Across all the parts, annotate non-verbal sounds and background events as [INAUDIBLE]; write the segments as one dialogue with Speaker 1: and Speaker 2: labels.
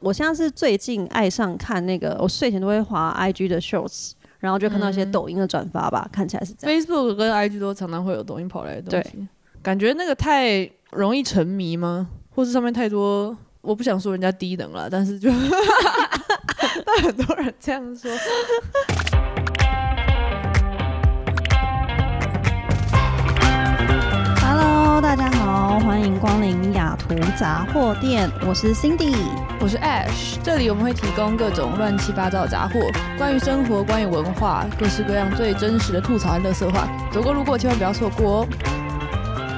Speaker 1: 我现在是最近爱上看那个，我睡前都会滑 IG 的 Shorts，然后就看到一些抖音的转发吧，看起来是这样。
Speaker 2: Facebook 跟 IG 都常常会有抖音跑来的东西，感觉那个太容易沉迷吗？或是上面太多，我不想说人家低能了，但是就， [LAUGHS] 但很多人这样说。
Speaker 1: Hello，大家好，欢迎光临雅图杂货店，我是 Cindy。
Speaker 2: 我是 Ash，这里我们会提供各种乱七八糟的杂货，关于生活，关于文化，各式各样最真实的吐槽和乐色话，走过路过千万不要错过哦。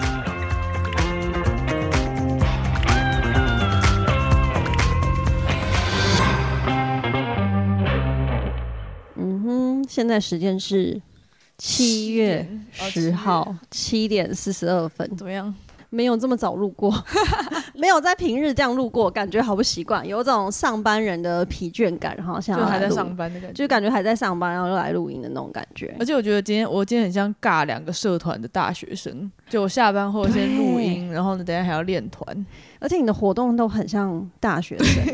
Speaker 1: 嗯哼，现在时间是七月十号七点四十二分，
Speaker 2: 怎么样？
Speaker 1: 没有这么早路过， [LAUGHS] 没有在平日这样路过，感觉好不习惯，有种上班人的疲倦感，然后
Speaker 2: 就
Speaker 1: 想要
Speaker 2: 还在
Speaker 1: 来录
Speaker 2: 上班的感觉，
Speaker 1: 就感觉还在上班，然后又来录音的那种感觉。
Speaker 2: 而且我觉得今天我今天很像尬两个社团的大学生，就我下班后先录音，然后呢，等一下还要练团。
Speaker 1: 而且你的活动都很像大学生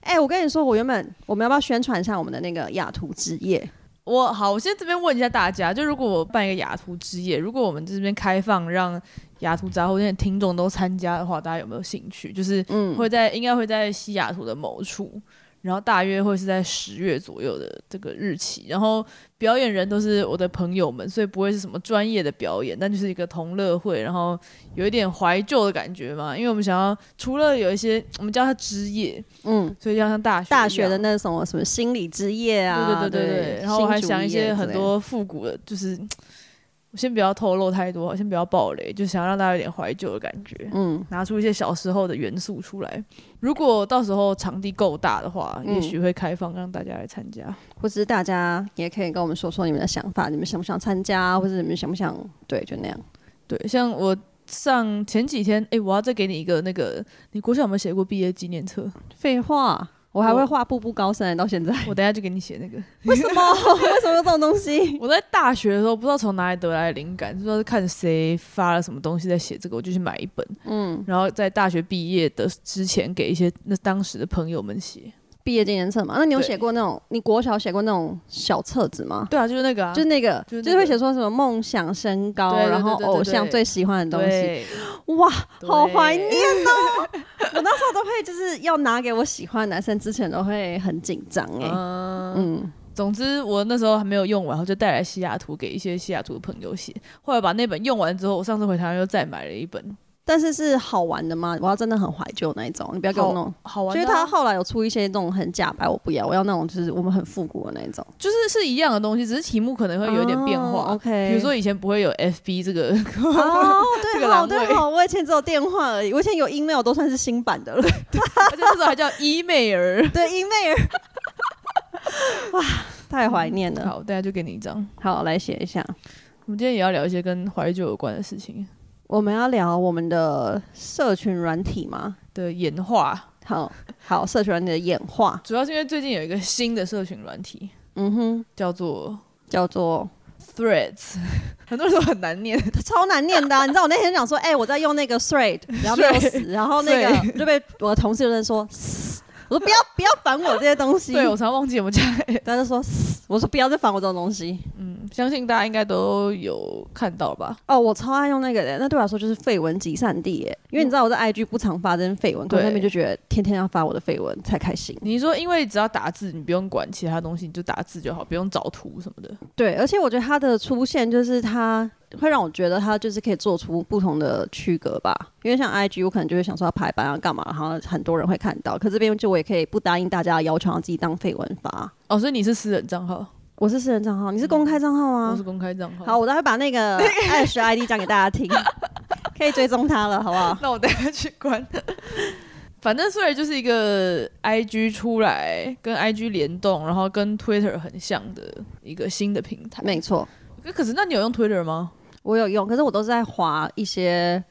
Speaker 1: 哎、
Speaker 2: [LAUGHS]
Speaker 1: 哎、我跟你说，我原本我们要不要宣传一下我们的那个雅图之夜？
Speaker 2: 我好，我先这边问一下大家，就如果我办一个雅图之夜，如果我们这边开放让雅图杂货店的听众都参加的话，大家有没有兴趣？就是
Speaker 1: 嗯，
Speaker 2: 会在应该会在西雅图的某处，然后大约会是在十月左右的这个日期，然后表演人都是我的朋友们，所以不会是什么专业的表演，但就是一个同乐会，然后有一点怀旧的感觉嘛，因为我们想要除了有一些我们叫它枝叶，
Speaker 1: 嗯，
Speaker 2: 所以要像大学
Speaker 1: 大
Speaker 2: 一
Speaker 1: 学
Speaker 2: 样
Speaker 1: 的那什么什么心理之夜啊，
Speaker 2: 对对对对对，然后我还想一些很，多复古的，就是我先不要透露太多，先不要暴雷，就想让大家有点怀旧的感觉。
Speaker 1: 嗯，
Speaker 2: 拿出一些小时候的元素出来。如果到时候场地够大的话，
Speaker 1: 嗯
Speaker 2: 也许会开放让大家来参加。
Speaker 1: 或是大家也可以跟我们说说你们的想法，你们想不想参加，或者你们想不想对，就那样。
Speaker 2: 对，像我上前几天，诶，我要再给你一个那个，你国小有没有写过毕业纪念册？
Speaker 1: 废话，我还会画步步高升，欸到
Speaker 2: [LAUGHS]
Speaker 1: 现在
Speaker 2: 我等一下就给你写那个。
Speaker 1: 为什么？ [LAUGHS] 为什么有这种东西？
Speaker 2: [LAUGHS] 我在大学的时候，不知道从哪里得来的灵感，不知道是看谁发了什么东西在写这个，我就去买一本，嗯，然后在大学毕业的之前给一些那当时的朋友们写。
Speaker 1: 毕业纪念册嘛，那你有
Speaker 2: 对
Speaker 1: 写过那种？你国小写过那种小册子吗？
Speaker 2: 对啊，就是那个啊，
Speaker 1: 就是那个，
Speaker 2: 就是那个
Speaker 1: 就是会写说什么梦想、身高，
Speaker 2: 对对对
Speaker 1: 然后
Speaker 2: 对对对
Speaker 1: 偶像最喜欢的东西。
Speaker 2: 对，
Speaker 1: 哇，好
Speaker 2: 对
Speaker 1: 怀念哦！ [LAUGHS] 我那时候都会就是要拿给我喜欢的男生之前都会很紧张哎。嗯，
Speaker 2: 总之，我那时候还没有用完，我就带来西雅图给一些西雅图的朋友写。后来把那本用完之后，我上次回台湾又再买了一本，
Speaker 1: 但是是好玩的吗？我要真的很怀旧那一种，你不要给我弄。
Speaker 2: 好玩
Speaker 1: 就
Speaker 2: 的
Speaker 1: 是
Speaker 2: 啊、
Speaker 1: 他后来有出一些那种很假白，我不要，我要那种就是我们很复古的那一种，
Speaker 2: 就是是一样的东西，只是题目可能会有一点变化。
Speaker 1: 哦 OK，
Speaker 2: 比如说以 [LAUGHS] 前不会有 FB 这个， [LAUGHS]
Speaker 1: 哦，
Speaker 2: 这
Speaker 1: 对
Speaker 2: 个
Speaker 1: 好
Speaker 2: 栏位
Speaker 1: 对好，我以前只有电话而已，我以前有 email 都算是新版
Speaker 2: [LAUGHS]
Speaker 1: 的了。
Speaker 2: 而且那时候还叫 [LAUGHS] email。
Speaker 1: 对 email，哇，太怀念了。
Speaker 2: 好，大家就给你一张。
Speaker 1: 好，来写一下。
Speaker 2: 我们今天也要聊一些跟怀旧有关的事情
Speaker 1: 我们要聊我们的社群软体吗？
Speaker 2: 的演化，
Speaker 1: 好好，社群软体的演化，
Speaker 2: 主要是因为最近有一个新的社群软体
Speaker 1: 嗯哼，
Speaker 2: 叫做
Speaker 1: 叫做
Speaker 2: Threads，很 [LAUGHS] 多人都很难念。
Speaker 1: 超难念 [LAUGHS] 的啊、你知道我那天讲说，哎、我在用那个 thread，然后没有死，然后那个
Speaker 2: Thread
Speaker 1: 就被我的同事就在说，嘶我说不要不要烦我这些东西，
Speaker 2: 对我常忘记我们家
Speaker 1: 他就说，嘶我说不要再烦我这种东西。
Speaker 2: 嗯，相信大家应该都有看到吧？
Speaker 1: 哦，我超爱用那个的，那对我来说就是绯闻集散地耶，因为你知道我在 IG 不常发这些绯闻，可
Speaker 2: 对
Speaker 1: 我那边就觉得天天要发我的绯闻才开心。
Speaker 2: 你说，因为只要打字，你不用管其他东西，你就打字就好，不用找图什么的。
Speaker 1: 对，而且我觉得它的出现就是它会让我觉得它就是可以做出不同的区隔吧，因为像 IG 我可能就会想说要排版啊干嘛，然后很多人会看到，可这边就我也可以不答应大家的要求，让自己当绯闻发。
Speaker 2: 哦，所以你是私人账号，
Speaker 1: 我是私人账号，你是公开账号
Speaker 2: 我
Speaker 1: 吗
Speaker 2: 是？公开账号。
Speaker 1: 好，，我待会把那
Speaker 2: [LAUGHS]
Speaker 1: 个二十 ID 讲给大家听，可以追踪他了，好不好？
Speaker 2: 那我等一下去关。 [LAUGHS] 反正虽然就是一个 IG 出来跟 IG 联动，然后跟 Twitter 很像的一个新的平台。
Speaker 1: 没错，
Speaker 2: 可可是，那你有用 Twitter 吗？
Speaker 1: 我有用，可是我都是在划一些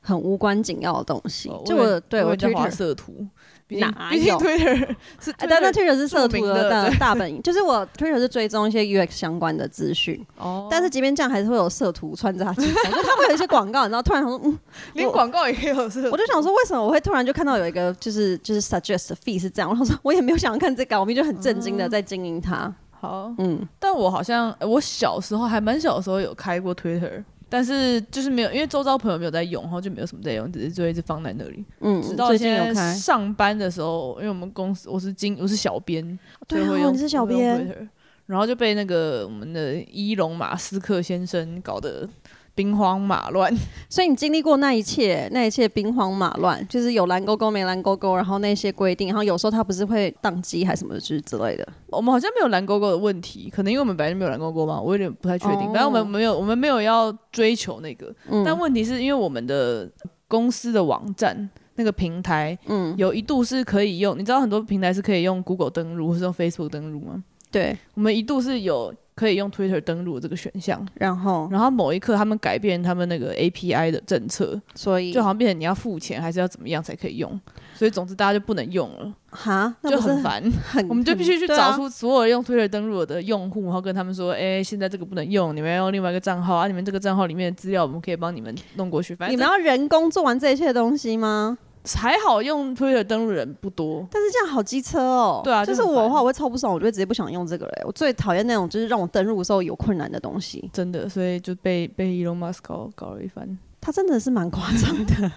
Speaker 1: 很无关紧要的东西。
Speaker 2: 哦
Speaker 1: 就
Speaker 2: 我以为
Speaker 1: 我对
Speaker 2: 哦我以
Speaker 1: 我
Speaker 2: 为在
Speaker 1: Twitter
Speaker 2: 滑色图，毕竟
Speaker 1: 哪
Speaker 2: [LAUGHS] 毕竟
Speaker 1: 有
Speaker 2: Twitter 是
Speaker 1: [LAUGHS] 哎，但那
Speaker 2: Twitter-
Speaker 1: Twitter 是社
Speaker 2: 著
Speaker 1: 图
Speaker 2: 名的
Speaker 1: 大
Speaker 2: 对
Speaker 1: 大本营，就是我 Twitter 是追踪一些 UX 相关的资讯，
Speaker 2: 哦，
Speaker 1: 但是即便这样，还是会有社图穿插其中，就他会有一些广告，然后突然想说，嗯，
Speaker 2: 连
Speaker 1: 我
Speaker 2: 广告也可以有这
Speaker 1: 我
Speaker 2: 种，
Speaker 1: 就想说，为什么我会突然就看到有一个就是就是 suggest fee 是这样？我想说，我也没有想要看这个，啊我们就很震惊
Speaker 2: 嗯
Speaker 1: 的在经营它。
Speaker 2: 好，
Speaker 1: 嗯，
Speaker 2: 但我好像呃我小时候还蛮小的时候有开过 Twitter，但是就是没有，因为周遭朋友没有在用，然后就没有什么在用，只是就一直放在那里。
Speaker 1: 嗯，
Speaker 2: 直到
Speaker 1: 最
Speaker 2: 现
Speaker 1: 近有
Speaker 2: 在
Speaker 1: 开，
Speaker 2: 上班的时候，因为我们公司我是经我是小编，
Speaker 1: 对
Speaker 2: 所以会
Speaker 1: 哦，
Speaker 2: 用
Speaker 1: 你是小，
Speaker 2: 我会
Speaker 1: 编，
Speaker 2: 用 Twitter 然后就被那个我们的伊隆马斯克先生搞得兵荒马乱。
Speaker 1: 所以你经历过那一切，那一切兵荒马乱，就是有蓝勾勾没蓝勾勾，然后那些规定，然后有时候它不是会宕机还是什么之之类的。
Speaker 2: 我们好像没有蓝勾勾的问题，可能因为我们本来就没有蓝勾勾嘛，我有点不太确定。
Speaker 1: 哦
Speaker 2: 反正我们没有，我们没有要追求那个。
Speaker 1: 嗯
Speaker 2: 但问题是因为我们的公司的网站那个平台
Speaker 1: 嗯，
Speaker 2: 有一度是可以用，你知道很多平台是可以用 Google 登录或是用 Facebook 登录吗？
Speaker 1: 对，
Speaker 2: 我们一度是有可以用 Twitter 登录的这个选项。
Speaker 1: 然后
Speaker 2: 然后某一刻，他们改变他们那个 API 的政策，
Speaker 1: 所以
Speaker 2: 就好像变成你要付钱还是要怎么样才可以用，所以总之大家就不能用了，
Speaker 1: 哈，那
Speaker 2: 就
Speaker 1: 不是
Speaker 2: 很烦。
Speaker 1: 很，
Speaker 2: 我们就必须去
Speaker 1: 对
Speaker 2: 找
Speaker 1: 啊
Speaker 2: 出所有用 Twitter 登录的用户，然后跟他们说，哎、现在这个不能用，你们要用另外一个账号啊，你们这个账号里面的资料我们可以帮你们弄过去。反
Speaker 1: 你们
Speaker 2: 正
Speaker 1: 要人工做完这一切东西吗？
Speaker 2: 还好用 Twitter 登录人不多，
Speaker 1: 但是这样好机车哦。
Speaker 2: 对啊
Speaker 1: 就
Speaker 2: 就是很
Speaker 1: 我的
Speaker 2: 烦
Speaker 1: 话，我会超不爽，我就会直接不想用这个了欸。我最讨厌那种就是让我登录的时候有困难的东西，
Speaker 2: 真的，所以就被被 Elon Musk 搞搞了一番。
Speaker 1: 它真的是蛮夸张
Speaker 2: [LAUGHS]
Speaker 1: 的。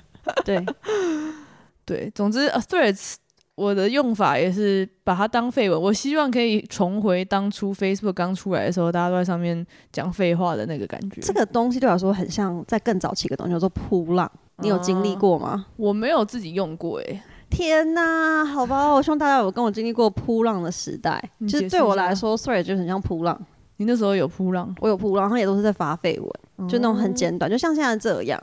Speaker 1: 对，
Speaker 2: 对，总之、呃 Threads 我的用法也是把它当废文，我希望可以重回当
Speaker 1: [LAUGHS]
Speaker 2: 初 Facebook 刚出来的时候，大家都在上面讲废话的那个感觉。
Speaker 1: 这个东西对我来说很像在更早期的东西，叫做扑浪。你有经历过吗？
Speaker 2: 我没有自己用过、诶，
Speaker 1: 天哪，好吧，我希望大家有跟我经历过扑浪的时代。
Speaker 2: 你
Speaker 1: 就
Speaker 2: 嗯
Speaker 1: 是
Speaker 2: 解释
Speaker 1: 对
Speaker 2: 一
Speaker 1: 我
Speaker 2: 下
Speaker 1: 来说 t h r e 就很像扑浪，
Speaker 2: 你那时候有扑浪，
Speaker 1: 我有扑浪，然后也都是在发绯闻。
Speaker 2: 哦
Speaker 1: 就那种很简短，就像现在这样。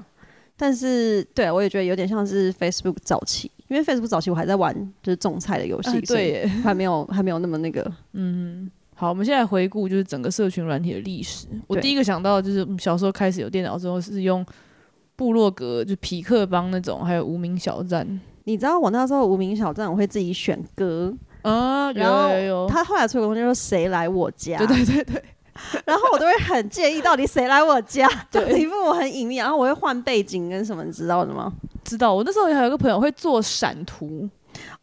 Speaker 1: 但是，对我也觉得有点像是 Facebook 早期，因为 Facebook 早期我还在玩就是种菜的游戏，
Speaker 2: 哎
Speaker 1: 所以
Speaker 2: 对耶，
Speaker 1: 还没有还没有那么那个。
Speaker 2: 好，我们现在回顾就是整个社群软体的历史。我
Speaker 1: 对
Speaker 2: 第一个想到的就是嗯小时候开始有电脑之后是用部落格，就匹克帮那种，还有无名小站。
Speaker 1: 你知道我那时候无名小站，我会自己选歌，
Speaker 2: 啊，有
Speaker 1: 然后
Speaker 2: 有有，
Speaker 1: 他后来出了个东西说谁来我家，
Speaker 2: 对对对对，
Speaker 1: 然后我都会很介意到底谁来我家，就 [LAUGHS]
Speaker 2: 对
Speaker 1: 一副我很隐秘，然后我会换背景跟什么，你知道的吗？
Speaker 2: 知道。我那时候还有一个朋友会做闪图，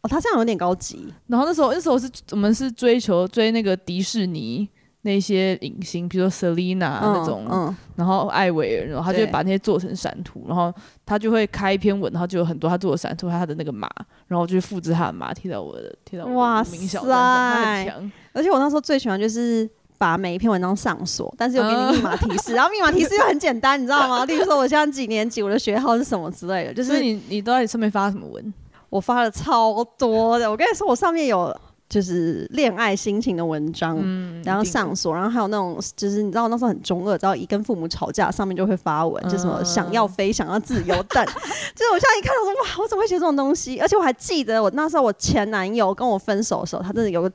Speaker 1: 哦，他这样有点高级，
Speaker 2: 然后那时候那时候是我们是追求追那个迪士尼。那些影星，比如说 Selina 啊那种，
Speaker 1: 嗯，
Speaker 2: 然后艾薇儿，然后他就会
Speaker 1: 对
Speaker 2: 把那些做成闪图，然后他就会开一篇文，然后就有很多他做的闪图，还有他的那个马，然后我就复制他的马贴到我的贴到我
Speaker 1: 哇
Speaker 2: 的明小站上，他
Speaker 1: 塞
Speaker 2: 很强。
Speaker 1: 而且我那时候最喜欢就是把每一篇文章上锁，但是又给
Speaker 2: 嗯
Speaker 1: 你密码提示，然后密码提示又很简单，你知道
Speaker 2: [LAUGHS]
Speaker 1: 吗？例如说我现在几年级，我的学号是什么之类的，就
Speaker 2: 就是
Speaker 1: 是
Speaker 2: 你你都在上面发什么文？
Speaker 1: 我发了超多的。我跟你说，我上面有就是恋爱心情的文章。
Speaker 2: 嗯
Speaker 1: 然后上锁，然后还有那种，就是你知道我那时候很中二，只要一跟父母吵架，上面就会发文，就什么
Speaker 2: 嗯
Speaker 1: 想要飞、想要自由
Speaker 2: [LAUGHS]
Speaker 1: 等。就是我现在一看，我说哇，我怎么会写这种东西？而且我还记得我那时候我前男友跟我分手的时候，他真的有个，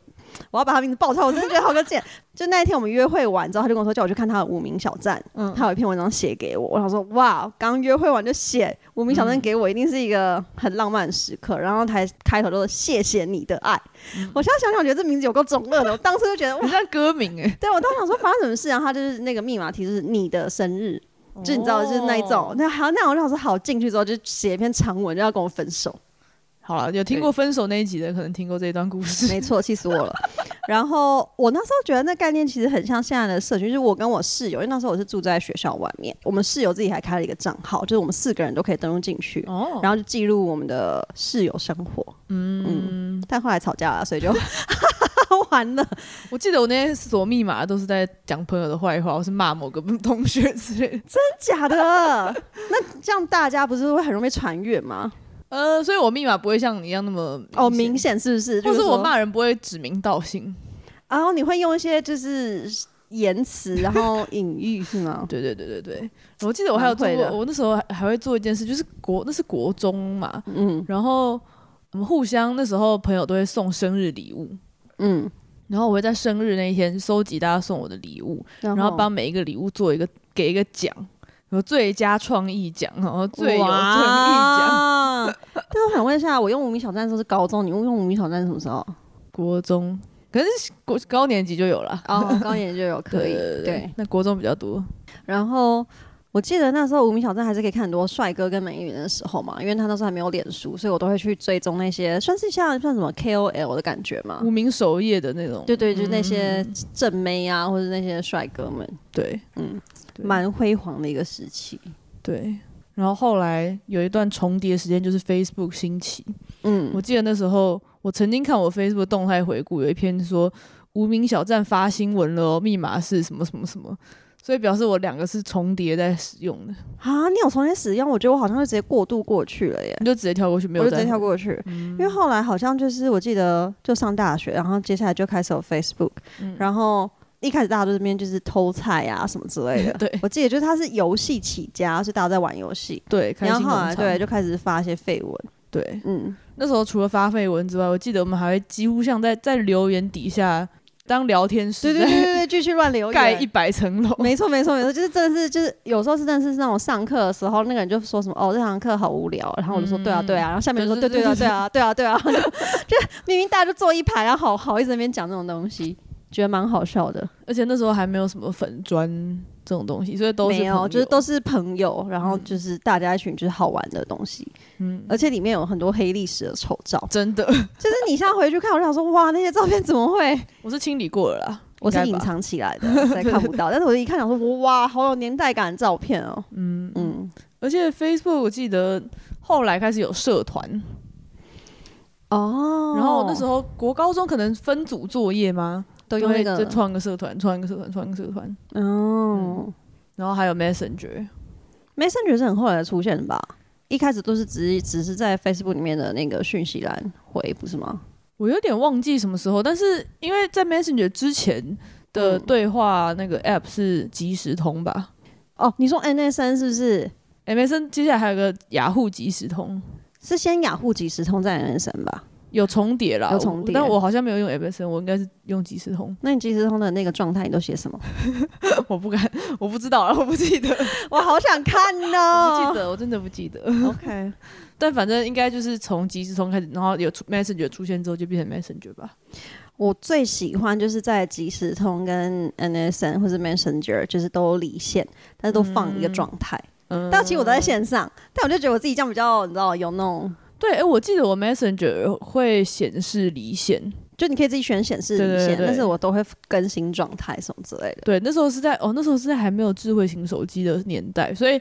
Speaker 1: 我要把他名字爆出来，我真的觉得好个贱。就那一天我们约会完之后，他就跟我说叫我去看他的无名小站，
Speaker 2: 嗯
Speaker 1: 他有一篇文章写给我，我想说哇，刚约会完就写无名小站给我，一定是一个很浪漫的时刻。然后他还开头都是谢谢你的爱，
Speaker 2: 嗯
Speaker 1: 我现在想想觉得这名字有够中二的，我当时就觉得哇
Speaker 2: [LAUGHS] 很。像歌名哎、
Speaker 1: [LAUGHS] 对，我当时想说发生什么事，啊然后他就是那个密码提示你的生日，就你知道，就是那一种
Speaker 2: 哦。。
Speaker 1: 那还有那种，我就想说好进去之后就写一篇长文，就要跟我分手。
Speaker 2: 好了，有听过分手那一集的，可能听过这一段故事。
Speaker 1: 没错，气死我了。然后我那时候觉得那概念其实很像现在的社群，就是我跟我室友，因为那时候我是住在学校外面，我们室友自己还开了一个账号，就是我们四个人都可以登录进去。
Speaker 2: 哦，
Speaker 1: 然后就记录我们的室友生活，
Speaker 2: 嗯，
Speaker 1: 但后来吵架了，所以就 [LAUGHS] 完了。 [LAUGHS]
Speaker 2: 我记得我那些锁密码都是在讲朋友的坏话，我是骂某个同学之类的。
Speaker 1: 假的？那这样大家不是会很容易传阅吗？
Speaker 2: 呃，所以我密码不会像你一样那么
Speaker 1: 哦，明，显是不是？
Speaker 2: 或
Speaker 1: 就是说
Speaker 2: 我骂人不会指名道姓。
Speaker 1: 然后你会用一些就是言辞，然后隐喻是吗？
Speaker 2: 对对对对对，我记得我还有做
Speaker 1: 蛮会的
Speaker 2: 过，我那时候还还会做一件事，就是国那是国中嘛，
Speaker 1: 嗯
Speaker 2: 然后我们互相那时候朋友都会送生日礼物，
Speaker 1: 嗯，
Speaker 2: 然后我会在生日那一天收集大家送我的礼物，
Speaker 1: 然
Speaker 2: [LAUGHS] 然后帮每一个礼物做一个给一个奖，有最佳创意奖，然后最有
Speaker 1: 哇
Speaker 2: 诚意奖，
Speaker 1: 样。 [LAUGHS] 但是我想问一下，我用无名小站的时候是高中，你用无名小站是什么时候？
Speaker 2: 国中，可是国高年级就有了。
Speaker 1: 哦，高年级就有可以
Speaker 2: 对对
Speaker 1: 对。
Speaker 2: 那国中比较多，
Speaker 1: 然后我记得那时候无名小站还是可以看很多帅哥跟美女的时候嘛，因为他那时候还没有脸书，所以我都会去追踪那些算是像算什么 KOL 的感觉嘛。
Speaker 2: 无名首页的那种。
Speaker 1: 对对，嗯就是那些
Speaker 2: 嗯
Speaker 1: 正妹啊，或者那些帅哥们，
Speaker 2: 对，
Speaker 1: 嗯，
Speaker 2: 对
Speaker 1: 蛮辉煌的一个时期。
Speaker 2: 对。然后后来有一段重叠时间，就是 Facebook 兴起。
Speaker 1: 嗯
Speaker 2: 我记得那时候，我曾经看我 Facebook 动态回顾，有一篇说无名小站发新闻了哦，密码是什么什么什么，所以表示我两个是重叠在使用的，
Speaker 1: 啊，你有重新使用，我觉得我好像就直接过渡过去了耶
Speaker 2: 你，就直接跳过去，没
Speaker 1: 我
Speaker 2: 有
Speaker 1: 就直
Speaker 2: 再，
Speaker 1: 接跳过去，因为后来好像就是我记得就上大学，然后接下来就开始有 Facebook，、然后一开始大家都这边就是偷菜啊什么之类 [LAUGHS] 的
Speaker 2: 对
Speaker 1: 我记得就是它是游戏起家，所以大家在玩游戏，
Speaker 2: 对，开
Speaker 1: 然
Speaker 2: 心
Speaker 1: 后后来
Speaker 2: 农场
Speaker 1: 对就开始发一些绯闻，
Speaker 2: 对。
Speaker 1: 嗯，
Speaker 2: 那时候除了发绯闻之外，我记得我们还会几乎像在在留言底下当聊天室，
Speaker 1: 对对对对对，继续乱留 [LAUGHS]
Speaker 2: 在
Speaker 1: 言，
Speaker 2: [LAUGHS] 盖一百层楼，
Speaker 1: [LAUGHS] 没错，没错，没错，就是真的是，就是有时候是真的是那种上课的时候，那个人就说什么哦，这堂课好无聊，然后我就说对啊，对啊，然后下面就说
Speaker 2: 嗯对
Speaker 1: 对
Speaker 2: 对
Speaker 1: 对啊，对啊，对啊，对啊， [LAUGHS] 就明明大家就坐一排，然后好好一直在那边讲这种东西，觉得蛮好笑的。
Speaker 2: 而且那时候还没有什么粉砖这种东西，所以都是
Speaker 1: 没
Speaker 2: 朋
Speaker 1: 有，
Speaker 2: 友
Speaker 1: 就是都是朋友，然后就是大家一群就是好玩的东西，嗯，而且里面有很多黑历史的丑照，
Speaker 2: 真的，
Speaker 1: 就是你现在回去看，我就想说哇，那些照片怎么会？
Speaker 2: 我是清理过了啦，
Speaker 1: 我是
Speaker 2: 应该
Speaker 1: 隐
Speaker 2: 吧
Speaker 1: 藏起来的，
Speaker 2: [LAUGHS]
Speaker 1: 实在看不到。但是我一看，想说哇，好有年代感的照片哦。嗯嗯，
Speaker 2: 而且 Facebook 我记得后来开始有社团，
Speaker 1: 哦
Speaker 2: 然后那时候国高中可能分组作业吗？
Speaker 1: 都
Speaker 2: 就
Speaker 1: 用
Speaker 2: 会
Speaker 1: 那
Speaker 2: 就
Speaker 1: 个
Speaker 2: 创个社团，创一个社团，创一个社团，
Speaker 1: 哦
Speaker 2: 然后还有 Messenger，
Speaker 1: ，Messenger 是很后来的出现的吧？一开始都是只只是在 Facebook 里面的那个讯息栏回，不是吗？
Speaker 2: 我有点忘记什么时候，但是因为在 Messenger 之前的
Speaker 1: 嗯
Speaker 2: 对话那个 App 是即时通吧。
Speaker 1: 哦，你说 NSN 是不是
Speaker 2: MSN 接下来还有个雅虎即时通，
Speaker 1: 是先雅虎即时通再 NSN 吧？
Speaker 2: 有重叠啦，
Speaker 1: 有重叠
Speaker 2: 我但我好像没有用 MSN，我应该是用即时通， [LAUGHS]
Speaker 1: 那你即时通的那个状态你都写什么？
Speaker 2: 我不敢，我不知道啊，我不记得，
Speaker 1: [LAUGHS] 我好想看 [LAUGHS]
Speaker 2: 我不
Speaker 1: 哦。
Speaker 2: 记得，我真的不记得。
Speaker 1: [LAUGHS] OK，
Speaker 2: 但反正应该就是从即时通开始，然后有出 Messenger 出现之后就变成 Messenger 吧。
Speaker 1: 我最喜欢就是在即时通跟 NSN 或是 Messenger 就是都有离线，但是都放一个状态。
Speaker 2: 嗯，
Speaker 1: 但其实我都在线上，但我就觉得我自己这样比较，你知道有那种，
Speaker 2: 对，哎、我记得我 Messenger 会显示离线，
Speaker 1: 就你可以自己选显示离
Speaker 2: 对对
Speaker 1: 线，
Speaker 2: 对
Speaker 1: 但是我都会更新状态什么之类的。
Speaker 2: 对，那时候是在哦，那时候是在还没有智慧型手机的年代，所以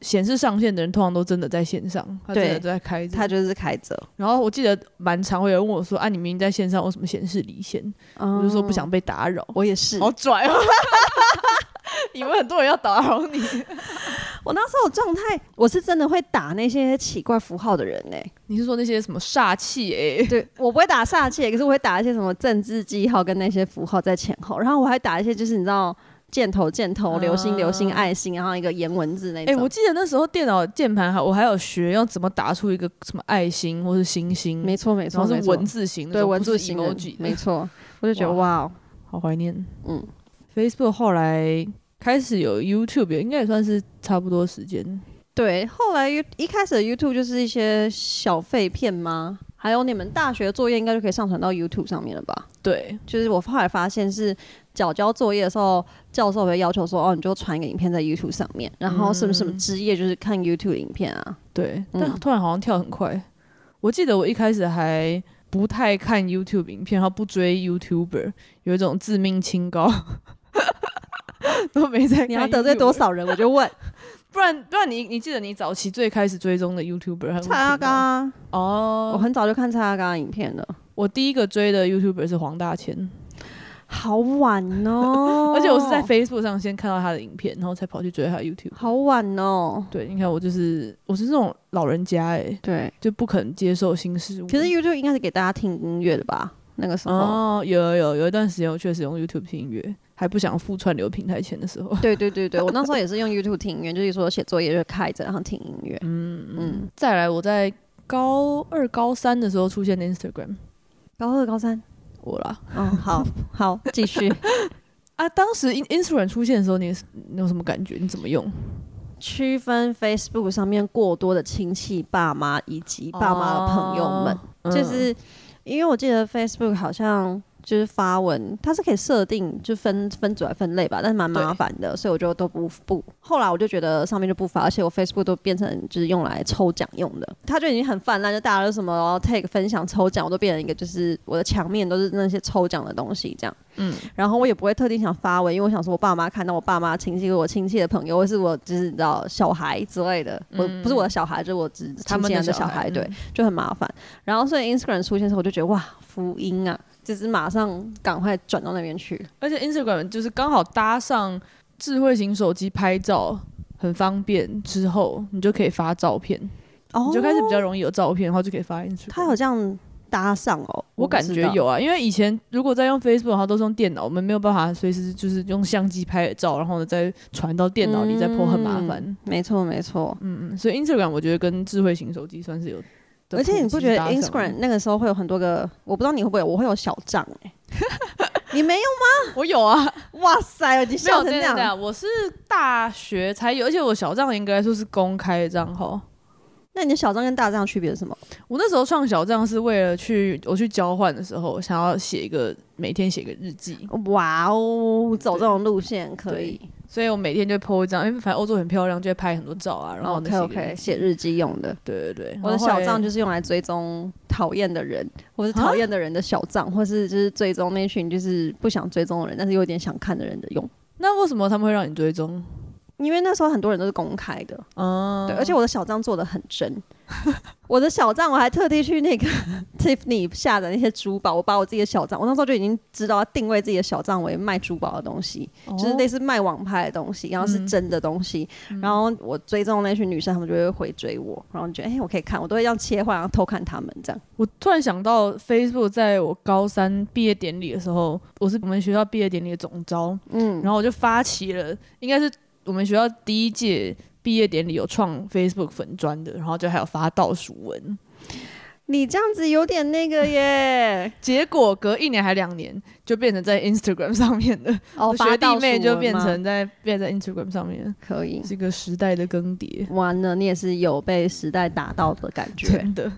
Speaker 2: 显示上线的人通常都真的在线上，他真
Speaker 1: 对
Speaker 2: 的都在开着。
Speaker 1: 他就是开着，
Speaker 2: 然后我记得蛮常会有人问我说啊，你明明在线上，为什么显示离线？我就说不想被打扰。
Speaker 1: 我也是。
Speaker 2: 好拽 [LAUGHS] 哦！以为很多人要打扰你，
Speaker 1: 我那时候的状态，我是真的会打那些奇怪符号的人呢、
Speaker 2: [LAUGHS] 你是说那些什么煞气哎、
Speaker 1: 对我不会打煞气，可是我会打一些什么政治记号跟那些符号在前后，然后我还打一些就是你知道箭头箭头、流星流星、爱心，然后一个颜文字那
Speaker 2: 嗯哎、
Speaker 1: 种。
Speaker 2: 我记得那时候电脑键盘还我还有学要怎么打出一个什么爱心或是星星，
Speaker 1: 没错没错，
Speaker 2: 然后
Speaker 1: 没
Speaker 2: 是
Speaker 1: 错
Speaker 2: 文字型的，
Speaker 1: 对
Speaker 2: 不
Speaker 1: 文
Speaker 2: 是
Speaker 1: 字型的
Speaker 2: emoji，的
Speaker 1: 没错，我就觉得哇哦，
Speaker 2: 好怀念。
Speaker 1: 嗯
Speaker 2: ，Facebook 后来开始有 YouTube，也应该也算是差不多时间。
Speaker 1: 对。后来一开始的 YouTube 就是一些小废片吗？还有你们大学作业应该就可以上传到 YouTube 上面了吧？
Speaker 2: 对，
Speaker 1: 就是我后来发现是缴交作业的时候，教授会要求说，哦，你就传一个影片在 YouTube 上面，然后什么什么之夜就是看 YouTube 影片啊。
Speaker 2: 对，
Speaker 1: 嗯
Speaker 2: 但突然好像跳很快。我记得我一开始还不太看 YouTube 影片，然后不追 YouTuber，有一种自命清高， [LAUGHS] 都没在看 YouTuber。
Speaker 1: 你要得罪多少人，我 [LAUGHS] 就问。
Speaker 2: 不然不然你你记得你早期最开始追踪的 YouTuber 还有什么
Speaker 1: 蔡阿
Speaker 2: 频道
Speaker 1: 嘎，
Speaker 2: 哦，
Speaker 1: 我很早就看蔡阿嘎的影片了，
Speaker 2: 我第一个追的 YouTuber 是黄大千，，
Speaker 1: 好晚哦 [LAUGHS]
Speaker 2: 而且我是在 Facebook 上先看到他的影片，然后才跑去追他的 YouTube。
Speaker 1: 好晚哦，
Speaker 2: 对，你看我就是我是那种老人家哎、
Speaker 1: 对。
Speaker 2: 就不肯接受新事物。
Speaker 1: 可是 YouTube 应该是给大家听音乐的吧？那个时候，
Speaker 2: 哦，有有有有一段时间我确实用 YouTube 听音乐，还不想付串流平台钱的时候。
Speaker 1: 对对对对，我那时候也是用 YouTube 听音乐，就是说写作业就开着，然后听音乐。嗯嗯，
Speaker 2: [LAUGHS] 再来，我在高二高三的时候出现的 Instagram，
Speaker 1: 高二高三，
Speaker 2: 我啦
Speaker 1: 嗯，好好继续。 [LAUGHS]
Speaker 2: 啊，当时 In Instagram 出现的时候，你你有什么感觉？你怎么用？
Speaker 1: 区分 Facebook 上面过多的亲戚、爸妈以及爸妈的朋友们，嗯
Speaker 2: 哦
Speaker 1: 就是因为我记得 Facebook 好像就是发文，它是可以设定就分分组来分类吧，但是蛮麻烦的，所以我就都不不。后来我就觉得上面就不发，而且我 Facebook 都变成就是用来抽奖用的，它就已经很泛滥，就大家都什么然后 take 分享抽奖，我都变成一个就是我的墙面都是那些抽奖的东西这样。然后我也不会特定想发文，因为我想说我爸妈看到我爸妈亲戚、我亲戚的朋友，或是我就是你知道小孩之类的，我不是我的小孩，就是我只
Speaker 2: 嗯他
Speaker 1: 亲
Speaker 2: 们
Speaker 1: 戚
Speaker 2: 的
Speaker 1: 人的
Speaker 2: 小
Speaker 1: 小
Speaker 2: 孩
Speaker 1: 孩，对
Speaker 2: 嗯，
Speaker 1: 就很麻烦。然后所以 Instagram 出现的时候，我就觉得哇，福音啊！就是马上赶快转到那边去，
Speaker 2: 而且 Instagram 就是刚好搭上智慧型手机拍照很方便，之后你就可以发照片，
Speaker 1: 哦
Speaker 2: 你就开始比较容易有照片，然后就可以发 Instagram。
Speaker 1: 他有这样搭上哦，
Speaker 2: 我
Speaker 1: 不
Speaker 2: 感
Speaker 1: 知
Speaker 2: 觉
Speaker 1: 道
Speaker 2: 有啊，因为以前如果在用 Facebook，然后都是用电脑，我们没有办法随时就是用相机拍的照，然后呢再传到电脑里再 po，很麻烦。
Speaker 1: 嗯没错没错，
Speaker 2: 嗯，所以 Instagram 我觉得跟智慧型手机算是有的普及搭上，
Speaker 1: 而且你不觉得 Instagram 那个时候会有很多个？我不知道你会不会有，我会有小账
Speaker 2: [LAUGHS]
Speaker 1: 哎、你没有
Speaker 2: 我有啊，
Speaker 1: 吗？哇塞，你
Speaker 2: 没
Speaker 1: [LAUGHS]
Speaker 2: 有
Speaker 1: 笑成
Speaker 2: 这
Speaker 1: 这
Speaker 2: 样
Speaker 1: 样
Speaker 2: 这，样，我是大学才有，而且我小账应该说是公开的账号。
Speaker 1: 那你的小账跟大账区别是什么？
Speaker 2: 我那时候创小账是为了去我去交换的时候，想要写一个每天写个日记，
Speaker 1: 哇哦，走这种路线可以。
Speaker 2: 所以我每天就 po 一张，因为反正欧洲很漂亮，就会拍很多照啊，然后呢
Speaker 1: OK OK，写日记用的。
Speaker 2: 对对对，
Speaker 1: 我的小账
Speaker 2: 就
Speaker 1: 就是用来追踪讨厌的人，或
Speaker 2: 啊
Speaker 1: 是讨厌的人的小账，或是就是追踪那群就是不想追踪的人，但是有点想看的人的用。
Speaker 2: 那为什么他们会让你追踪？
Speaker 1: 因为那时候很多人都是公开的，
Speaker 2: 嗯，
Speaker 1: 对，而且我的小账做的很真。 [LAUGHS] 我的小账我还特地去那个 [LAUGHS] Tiffany 下的那些珠宝，我把我自己的小账，我那时候就已经知道要定位自己的小账为卖珠宝的东西，就是类似卖网拍的东西，然后是真的东西，然后我追踪那群女生，她们就会回追我，然后觉得哎、诶我可以看，我都会这样切换，然后偷看她们这样。
Speaker 2: 我突然想到，Facebook 在我高三毕业典礼的时候，我是我们学校毕业典礼的总招，嗯，然后我就发起了，应该是我们学校第一届毕业典礼有创 Facebook 粉砖的，然后就还有发倒数文。
Speaker 1: 你这样子有点那个耶，
Speaker 2: 结果隔一年还两年，就变成在 Instagram 上面的，
Speaker 1: [LAUGHS] 哦，
Speaker 2: 我
Speaker 1: 发
Speaker 2: 学弟
Speaker 1: 到
Speaker 2: 妹
Speaker 1: 数
Speaker 2: 就
Speaker 1: 文
Speaker 2: 变
Speaker 1: 吗
Speaker 2: 成在变在 Instagram 上面，
Speaker 1: 可以。
Speaker 2: 是一个时代的更迭，
Speaker 1: 完了，你也是有被时代打到的感觉。
Speaker 2: 真的。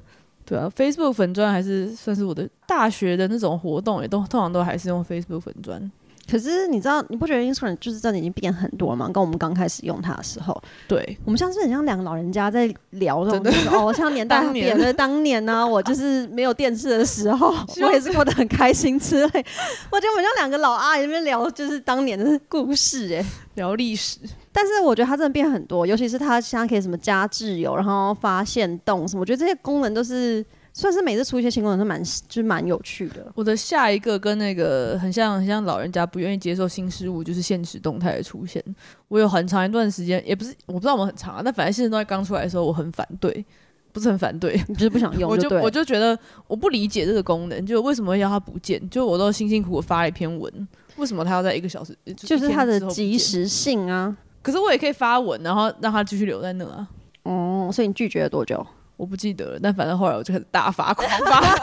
Speaker 2: 对啊，Facebook 粉砖还是算是我的大学的那种活动，也都通常都还是用 Facebook 粉砖。
Speaker 1: 可是你知道，你不觉得 Instagram 就是真的已经变很多吗？跟我们刚开始用它的时候，
Speaker 2: 对，
Speaker 1: 我们像是很像两个老人家在聊这种
Speaker 2: 真的
Speaker 1: 就是哦，像年代
Speaker 2: 当年
Speaker 1: 变了。当年
Speaker 2: [LAUGHS]
Speaker 1: 呢、我就是没有电视的时候，
Speaker 2: 希望
Speaker 1: 我也是过得很开心之类。 [LAUGHS] 我觉得我们像两个老阿姨在那边聊，就是当年的故事哎、
Speaker 2: 聊历史，
Speaker 1: 但是我觉得它真的变很多，尤其是它现在可以什么加挚友，然后发现动什么，我觉得这些功能都是算是每次出一些新功能，都蛮就是蛮有趣的。
Speaker 2: 我的下一个跟那个很像，很像老人家不愿意接受新事物，就是现实动态的出现。我有很长一段时间，也不是我不知道我们很长啊，但反正现实动态刚出来的时候，我很反对，不是很反 [LAUGHS] 对，
Speaker 1: 你就是不想用
Speaker 2: 我就
Speaker 1: 对了，
Speaker 2: 我就觉得我不理解这个功能，就为什么要它不见？就我都辛辛苦苦发了一篇文，为什么它要在一个小时？
Speaker 1: 就
Speaker 2: 一
Speaker 1: 是
Speaker 2: 天
Speaker 1: 它的
Speaker 2: 之后不见
Speaker 1: 及，时性啊。
Speaker 2: 可是我也可以发文，啊然后让它继续留在那啊。
Speaker 1: 哦、所以你拒绝了多久？
Speaker 2: 我不记得了，但反正后来我就开始大发狂发。
Speaker 1: 啊，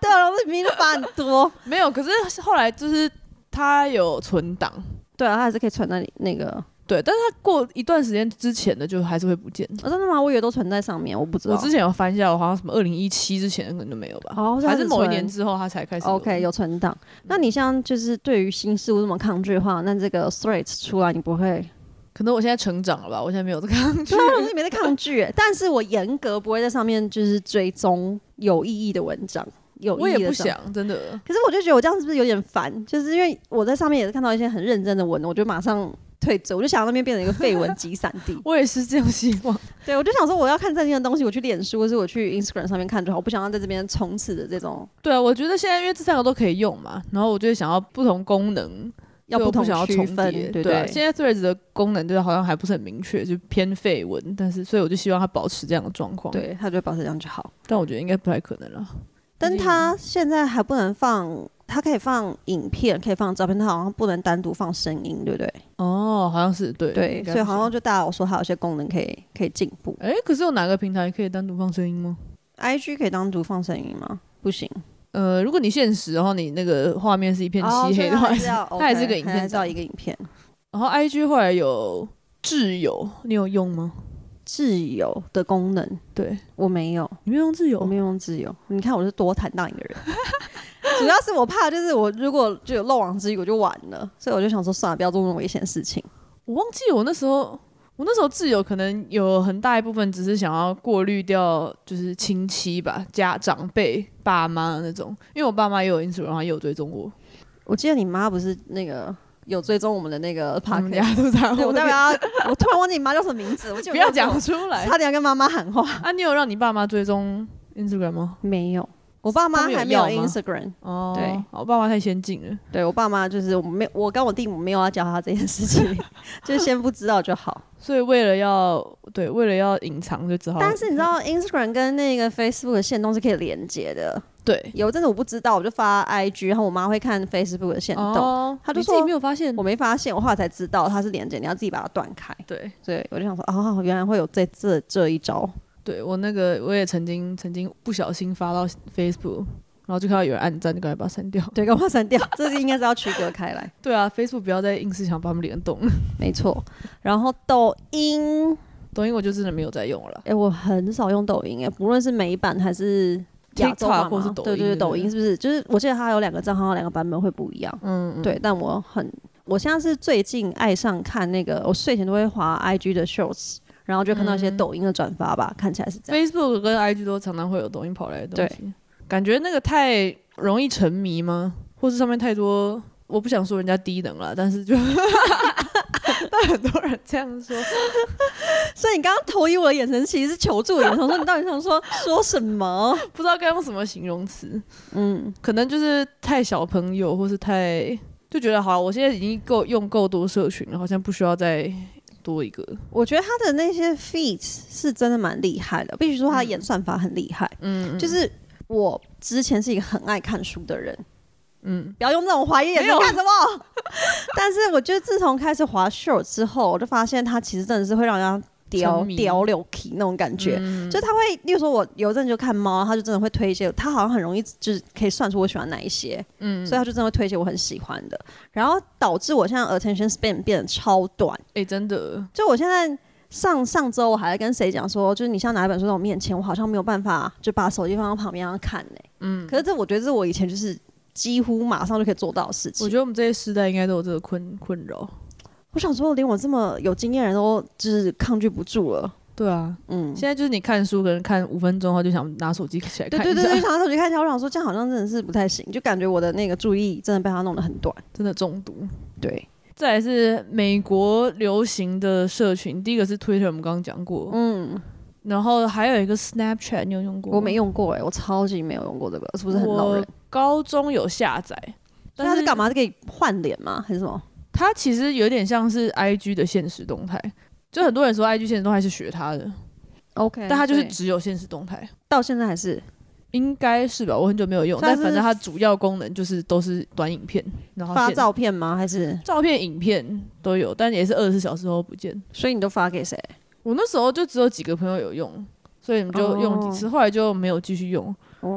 Speaker 1: 对啊，我明明就发很多。
Speaker 2: [LAUGHS] 没有，可是后来就是它有存档，
Speaker 1: [LAUGHS] 对啊，它还是可以存在你那个
Speaker 2: 对，但是它过一段时间之前的就还是会不见。
Speaker 1: 哦，真的吗？我以为都存在上面，我不知道。
Speaker 2: 我之前有翻一下，我好像什么二零一七之前可能就没有吧，
Speaker 1: 哦所以它
Speaker 2: 还
Speaker 1: 是
Speaker 2: 是某一
Speaker 1: 存
Speaker 2: 年之后它才开始有。嗯
Speaker 1: OK 有存档。那你像就是对于新事物这么抗拒的话，那这个 Threads 出来你不会？
Speaker 2: 可能我现在成长了吧，我现在没有这个。
Speaker 1: 对啊，我是没在抗拒耶，但是我严格不会在上面就是追踪有意义的文章，
Speaker 2: [LAUGHS]
Speaker 1: 有
Speaker 2: 我
Speaker 1: 意义
Speaker 2: 也
Speaker 1: 的
Speaker 2: 不
Speaker 1: 想。
Speaker 2: 想，真的。
Speaker 1: 可是我就觉得我这样是不是有点烦？就是因为我在上面也是看到一些很认真的文，我就马上退追，我就想让那边变成一个废文集散
Speaker 2: [LAUGHS]
Speaker 1: 地。
Speaker 2: 我也是这样希望，
Speaker 1: 对，我就想说我要看正经的东西，我去脸书或是我去 Instagram 上面看就好，我不想要在这边冲刺的这种
Speaker 2: 对啊，我觉得现在因为这三个都可以用嘛，然后我就想要不同功能，
Speaker 1: 要
Speaker 2: 所以
Speaker 1: 不
Speaker 2: 我不
Speaker 1: 同
Speaker 2: 想要
Speaker 1: 区
Speaker 2: 重
Speaker 1: 分，
Speaker 2: 叠，
Speaker 1: 对不
Speaker 2: 啊。现在 Threads 的功能就是好像还不是很明确，就偏废文，但是所以我就希望它保持这样的状况。，
Speaker 1: 对，他就保持这样就好。
Speaker 2: 但我觉得应该不太可能了。
Speaker 1: 但
Speaker 2: 毕竟
Speaker 1: 他现在还不能放，他可以放影片，可以放照片，他好像不能单独放声音，对不对？
Speaker 2: 哦，好像是对
Speaker 1: 对，
Speaker 2: 应该
Speaker 1: 所以
Speaker 2: 不
Speaker 1: 好
Speaker 2: 行
Speaker 1: 像就大家有说他有些功能可以可以进步。
Speaker 2: 哎、可是有哪个平台可以单独放声音吗？
Speaker 1: IG 可以单独放声音吗？不行，
Speaker 2: 呃，如果你现实，然后你那个画面是一片
Speaker 1: 哦
Speaker 2: 漆
Speaker 1: 所以
Speaker 2: 黑
Speaker 1: 它 [LAUGHS]
Speaker 2: 的话，
Speaker 1: 还是要，
Speaker 2: 它还是
Speaker 1: OK，
Speaker 2: 个影
Speaker 1: 还
Speaker 2: 片
Speaker 1: 是要
Speaker 2: 档
Speaker 1: 一个影片。
Speaker 2: 然后 IG 后来有挚友，你有用吗？
Speaker 1: 自由的功能，
Speaker 2: 对
Speaker 1: 我没有，
Speaker 2: 你没有用挚
Speaker 1: 我
Speaker 2: 友，
Speaker 1: 没有用自由。你看我是多坦荡一个人， [LAUGHS] 主要是我怕就是我如果就有漏网之鱼我就完了，所以我就想说算了，不要做那么危险的事情。
Speaker 2: 我忘记我那时候，我那时候挚友可能有很大一部分只是想要过滤掉，就是亲戚吧、家长辈、爸妈那种。因为我爸妈也有 Instagram，他也有追踪我，
Speaker 1: 我记得你妈不是那个有追踪我们的那个 p
Speaker 2: 他
Speaker 1: o
Speaker 2: 们
Speaker 1: d
Speaker 2: 家都在
Speaker 1: 对，
Speaker 2: 我 [LAUGHS]
Speaker 1: 我
Speaker 2: 那
Speaker 1: 代
Speaker 2: 边
Speaker 1: 表要，我突然忘记你妈叫什么名字，我记得
Speaker 2: 不要
Speaker 1: 我
Speaker 2: 讲
Speaker 1: 有，
Speaker 2: 出
Speaker 1: [LAUGHS]
Speaker 2: 来
Speaker 1: 差点要跟妈妈喊话。
Speaker 2: 啊！你有让你爸妈追踪 Instagram 吗？
Speaker 1: 没有，我爸妈
Speaker 2: 他们有
Speaker 1: 还没有
Speaker 2: 要吗
Speaker 1: Instagram。
Speaker 2: 哦，
Speaker 1: 对
Speaker 2: 啊我爸妈太先进了。
Speaker 1: 对我爸妈就是我没，我跟我弟我没有要教他这件事
Speaker 2: [LAUGHS]
Speaker 1: 情，就先不知道就好。
Speaker 2: 所以为了要对，为了要隐藏，就只好。
Speaker 1: 但是你知道 Instagram 跟那个 Facebook 的线动是可以连接的。
Speaker 2: 对，
Speaker 1: 有一阵子我不知道，我就发 IG，然后我妈会看 Facebook 的线动，
Speaker 2: 哦，
Speaker 1: 他就
Speaker 2: 你自己
Speaker 1: 说
Speaker 2: 没有发现
Speaker 1: 我。没发现，我后来才知道它是连接，你要自己把它断开。
Speaker 2: 对，
Speaker 1: 所以我就想说，哦，原来会有这这这一招。
Speaker 2: 对我那个我也曾经曾经不小心发到 Facebook，然后就看到有人按赞，就赶快把它删掉。
Speaker 1: 对，赶快删掉，这是应该是要区隔开来。
Speaker 2: 对啊，Facebook 不要再硬是想把他们联动。
Speaker 1: 没错，然后抖音，
Speaker 2: [LAUGHS] 抖音我就真的没有在用了啦。
Speaker 1: 哎、我很少用抖音、哎，不论是美版还是亚洲版
Speaker 2: TikTok 或
Speaker 1: 嘛
Speaker 2: 是抖音
Speaker 1: 对对
Speaker 2: 对
Speaker 1: 对，
Speaker 2: 不对
Speaker 1: 抖音是不是？就是我记得它有两个账号，两个版本会不一样。
Speaker 2: 嗯，
Speaker 1: 对，但我很，我现在是最近爱上看那个，我睡前都会滑 IG 的 Shorts，然后就看到一
Speaker 2: 嗯
Speaker 1: 些抖音的转发吧，看起来是
Speaker 2: 啊
Speaker 1: 这样。
Speaker 2: ，Facebook 跟 IG 都常常会有抖音跑来的东西，感觉那个太容易沉迷吗？或是上面太多，我不想说人家低能了，但是 [LAUGHS] 就，但很多人这样说，
Speaker 1: 所以你刚刚投以我的眼神，其实是求助的眼神，我说你到底想说说什么？
Speaker 2: 不知道该用什么形容词，
Speaker 1: 嗯，
Speaker 2: 可能就是太小朋友，或是太就觉得好，我现在已经够用够多社群了，好像不需要再多一个。
Speaker 1: 我觉得他的那些 feat 是真的蛮厉害的，必须说他的演算法很厉害。
Speaker 2: 嗯，
Speaker 1: 就是我之前是一个很爱看书的人，
Speaker 2: 嗯，
Speaker 1: 不要用这种怀疑眼
Speaker 2: 没
Speaker 1: 神
Speaker 2: 有
Speaker 1: 干什么。 [LAUGHS] 但是我觉得自从开始滑 short 之后，我就发现它其实真的是会让人家屌
Speaker 2: 沉迷嗯
Speaker 1: 屌流皮那种感觉。就他会，例如说，我有一阵就看猫，它就真的会推一些，它好像很容易就是可以算出我喜欢哪一些，嗯，所以它就真的会推一些我很喜欢的，然后导致我现在 attention span 变得超短。
Speaker 2: 哎、真的，
Speaker 1: 就我现在上上周我还在跟谁讲说，就是你像哪一本书在我面前，我好像没有办法就把手机放到旁边让它看呢、嗯，可是这我觉得这是我以前就是几乎马上就可以做到的事情
Speaker 2: 我。觉得我们这些时代应该都有这个困困扰。
Speaker 1: 我想说，连我这么有经验的人都就是抗拒不住了。
Speaker 2: 对啊，
Speaker 1: 嗯，
Speaker 2: 现在就是你看书，可能看五分钟后就想拿手机起来看
Speaker 1: 对
Speaker 2: 一下，
Speaker 1: 对对 [LAUGHS] 对，想拿手机看一下，我想说这样好像真的是不太行，就感觉我的那个注意力真的被他弄得很短。
Speaker 2: [LAUGHS] 真的中毒。
Speaker 1: 对，
Speaker 2: 再来是美国流行的社群，第一个是 Twitter，我们刚刚讲过，
Speaker 1: 嗯，
Speaker 2: 然后还有一个 Snapchat，你有用过？
Speaker 1: 我没，用过哎、我超级没有用过这个，是不是很老人
Speaker 2: 我？高中有下载，
Speaker 1: 但
Speaker 2: 但
Speaker 1: 是干？嘛？是可以换脸吗？还是什么？
Speaker 2: 它其实有点像是 IG 的现实动态，就很多人说 IG 现实动态是学它的，
Speaker 1: OK，
Speaker 2: 但它就是
Speaker 1: 对
Speaker 2: 只有现实动态。
Speaker 1: 到现在还是
Speaker 2: 应该是吧，我很久没有用，
Speaker 1: 它
Speaker 2: 但
Speaker 1: 是
Speaker 2: 反正它主要功能就是都是短影片，然后
Speaker 1: 发
Speaker 2: 现
Speaker 1: 照片吗？还是
Speaker 2: 照片、影片都有，但也是二十四小时后不见。
Speaker 1: 所以你都发给谁？
Speaker 2: 我那时候就只有几个朋友有用，所以我们就用几
Speaker 1: 哦
Speaker 2: 次，后来就没有继续用。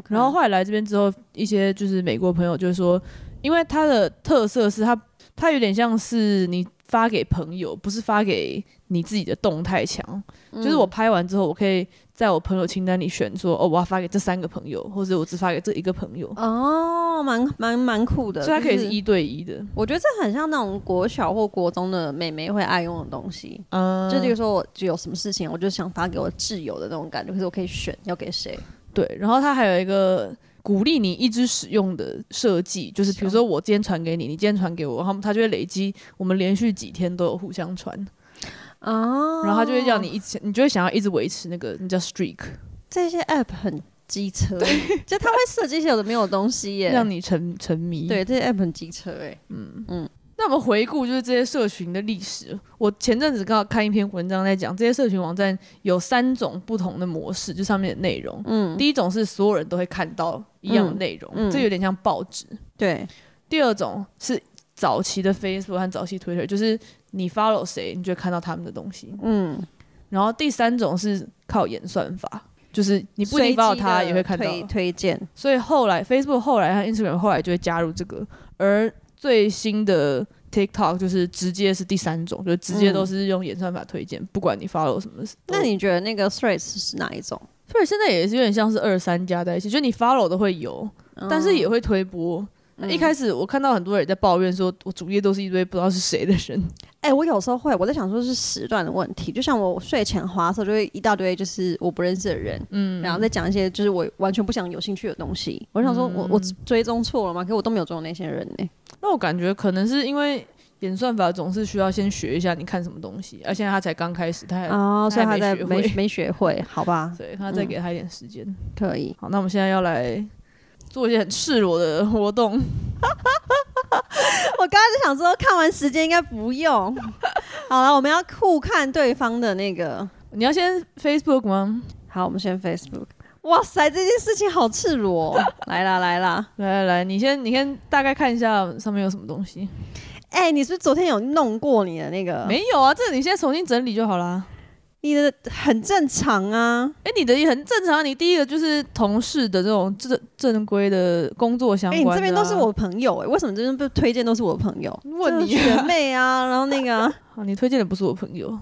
Speaker 2: 然后后来来这边之后，一些就是美国朋友就说，因为它的特色是它它有点像是你发给朋友，不是发给你自己的动态墙。就是我拍完之后，我可以在我朋友清单里选说，哦，我要发给这三个朋友，或者我只发给这一个朋友，
Speaker 1: 哦，嗯蛮蛮蛮酷的，
Speaker 2: 所以它可以
Speaker 1: 就是
Speaker 2: 一对一的。
Speaker 1: 我觉得这很像那种国小或国中的妹妹会爱用的东西。
Speaker 2: 嗯，
Speaker 1: 就例如说，我就有什么事情，我就想发给我挚友的那种感觉，可是我可以选要给谁。
Speaker 2: 对，然后它还有一个鼓励你一直使用的设计，就是比如说我今天传给你，你今天传给我，然后它就会累积，我们连续几天都有互相传，
Speaker 1: 哦
Speaker 2: 然后它就会叫你一直，你就会想要一直维持那个那叫 streak，
Speaker 1: 这些 app 很机车，就它会设计一些有的没有的东西耶。
Speaker 2: 让你沉沉迷。，
Speaker 1: 对，这些 app 很机车哎。
Speaker 2: 那我们回顾就是这些社群的历史。我前阵子刚好看一篇文章在讲，这些社群网站有三种不同的模式，就上面的内容。嗯，第一种是所有人都会看到一样的内容，
Speaker 1: 嗯嗯
Speaker 2: 这有点像报纸。
Speaker 1: 对，
Speaker 2: 第二种是早期的 Facebook 和早期 Twitter，就是你 follow 谁，你就会看到他们的东西。
Speaker 1: 嗯，
Speaker 2: 然后第三种是靠演算法，就是你不一定 follow 他也会看到。
Speaker 1: 推推荐。
Speaker 2: 所以后来 Facebook 后来和 Instagram 后来就会加入这个，而最新的 TikTok 就是直接是第三种，就直接都是用演算法推荐，不管你 follow 什么。
Speaker 1: 嗯那你觉得那个 Threads 是哪一种？
Speaker 2: 所以现在也是有点像是二三加在一起，就你 follow 的会有，
Speaker 1: 嗯
Speaker 2: 但是也会推播。一开始我看到很多人在抱怨说，我主页都是一堆不知道是谁的人， [LAUGHS]
Speaker 1: 哎、我有时候会，我在想说是时段的问题。就像我睡前滑的时候，就会一大堆就是我不认识的人，嗯，然后再讲一些就是我完全不想有兴趣的东西。我想说我、
Speaker 2: 嗯
Speaker 1: 我追踪错了吗？可我都没有追踪那些人呢、
Speaker 2: 那我感觉可能是因为演算法总是需要先学一下你看什么东西，而现在他才刚开始，他还、
Speaker 1: 哦，所以他
Speaker 2: 他还
Speaker 1: 在
Speaker 2: 没
Speaker 1: 没
Speaker 2: 学会
Speaker 1: 没学会，好吧，
Speaker 2: 对他再给他一点时间。
Speaker 1: 可以。 [LAUGHS]
Speaker 2: 好，那我们现在要来做一些很赤裸的活动， [LAUGHS]
Speaker 1: 我刚刚就想说，看完时间应该不用。 [LAUGHS] 好了，我们要互看对方的那个。
Speaker 2: 你要先 Facebook 吗？
Speaker 1: 好，我们先 Facebook。哇塞，这件事情好赤裸哦、 [LAUGHS] 来啦来啦，
Speaker 2: 来来来，你先你先大概看一下上面有什么东西。
Speaker 1: 哎、你是不是昨天有弄过你的那个？
Speaker 2: 没有啊，这你现在重新整理就好啦。
Speaker 1: 你的很正常啊。
Speaker 2: 哎、你的也很正常啊。你第一个就是同事的这种正正规的工作相
Speaker 1: 哎、
Speaker 2: 关
Speaker 1: 你
Speaker 2: 的啊、
Speaker 1: 这边都是我朋友哎、为什么这边被推荐都是我朋友？
Speaker 2: 问你
Speaker 1: 就
Speaker 2: 啊
Speaker 1: 是学妹啊，然后那个啊、
Speaker 2: [LAUGHS] 好，你推荐的不是我朋友，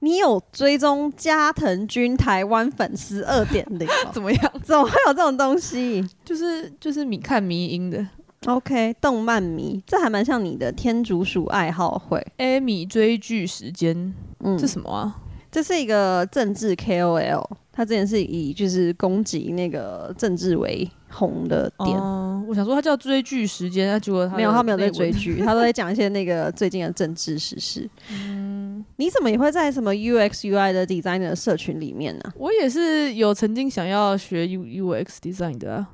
Speaker 1: 你有追踪加藤君台湾粉丝二点零，哦
Speaker 2: [LAUGHS] 怎么样？
Speaker 1: 怎么会有这种东西
Speaker 2: 就是就是你看迷音的，
Speaker 1: ？OK，动漫迷，这还蛮像你的天竺鼠爱好会。
Speaker 2: 艾米追剧时间，
Speaker 1: 嗯，
Speaker 2: 这什么啊？
Speaker 1: 这是一个政治 KOL，他之前是以就是攻击那个政治为红的点。
Speaker 2: 哦，我想说他叫追剧时间，啊那结果他
Speaker 1: 没有，他没有在
Speaker 2: 在
Speaker 1: 追。剧，他都在讲一些那个最近的政治时事。
Speaker 2: 嗯
Speaker 1: 你怎么也会在什么 UX UI 的 designer 的社群里面呢、
Speaker 2: 我也是有曾经想要学 U U X design 的、啊，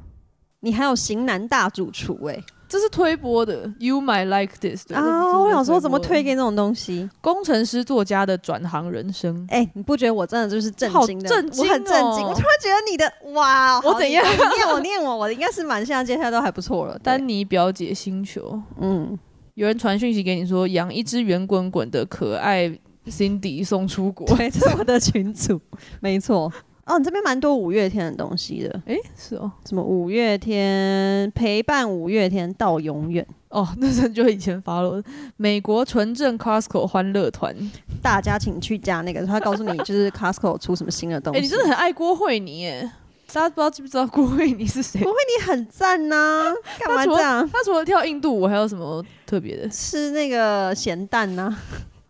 Speaker 1: 你还有型男大主厨哎、
Speaker 2: 这是推播的。You might like this 对
Speaker 1: 啊！我想说，怎么推？
Speaker 2: 这
Speaker 1: 给
Speaker 2: 是在播的嗯
Speaker 1: 这种东西？
Speaker 2: 工程师作家的转行人生？
Speaker 1: 哎、你不觉得我真的就是震
Speaker 2: 好
Speaker 1: 惊的？
Speaker 2: 震惊
Speaker 1: 我很震惊，
Speaker 2: 哦
Speaker 1: 我突然觉得你的哇，哦
Speaker 2: 我
Speaker 1: 好
Speaker 2: 怎样
Speaker 1: 你你念我念我，我应该是蛮像，接下来都还不错了。但 [LAUGHS]
Speaker 2: 丹尼表姐星球，
Speaker 1: 嗯，
Speaker 2: 有人传讯息给你说，养一只圆滚滚的可爱 Cindy 送出国，
Speaker 1: [LAUGHS] 对，这是我的群主，没错。哦，你这边蛮多五月天的东西的，
Speaker 2: 是哦，
Speaker 1: 什么五月天陪伴五月天到永远，
Speaker 2: 哦， [LAUGHS] 那是很久以前发了美国纯正 Costco 欢乐团。
Speaker 1: 大家请去加那个，他告诉你就是 Costco 出什么新的东
Speaker 2: 哎、
Speaker 1: 西。
Speaker 2: 你真的很爱郭慧妮耶！大家不知道知不知道郭慧妮是谁？
Speaker 1: 你很赞呐、 [LAUGHS] 干嘛
Speaker 2: 除了
Speaker 1: 这样？
Speaker 2: 她除了跳印度舞，还有什么特别的？
Speaker 1: 吃那个咸蛋
Speaker 2: [LAUGHS]
Speaker 1: 呐、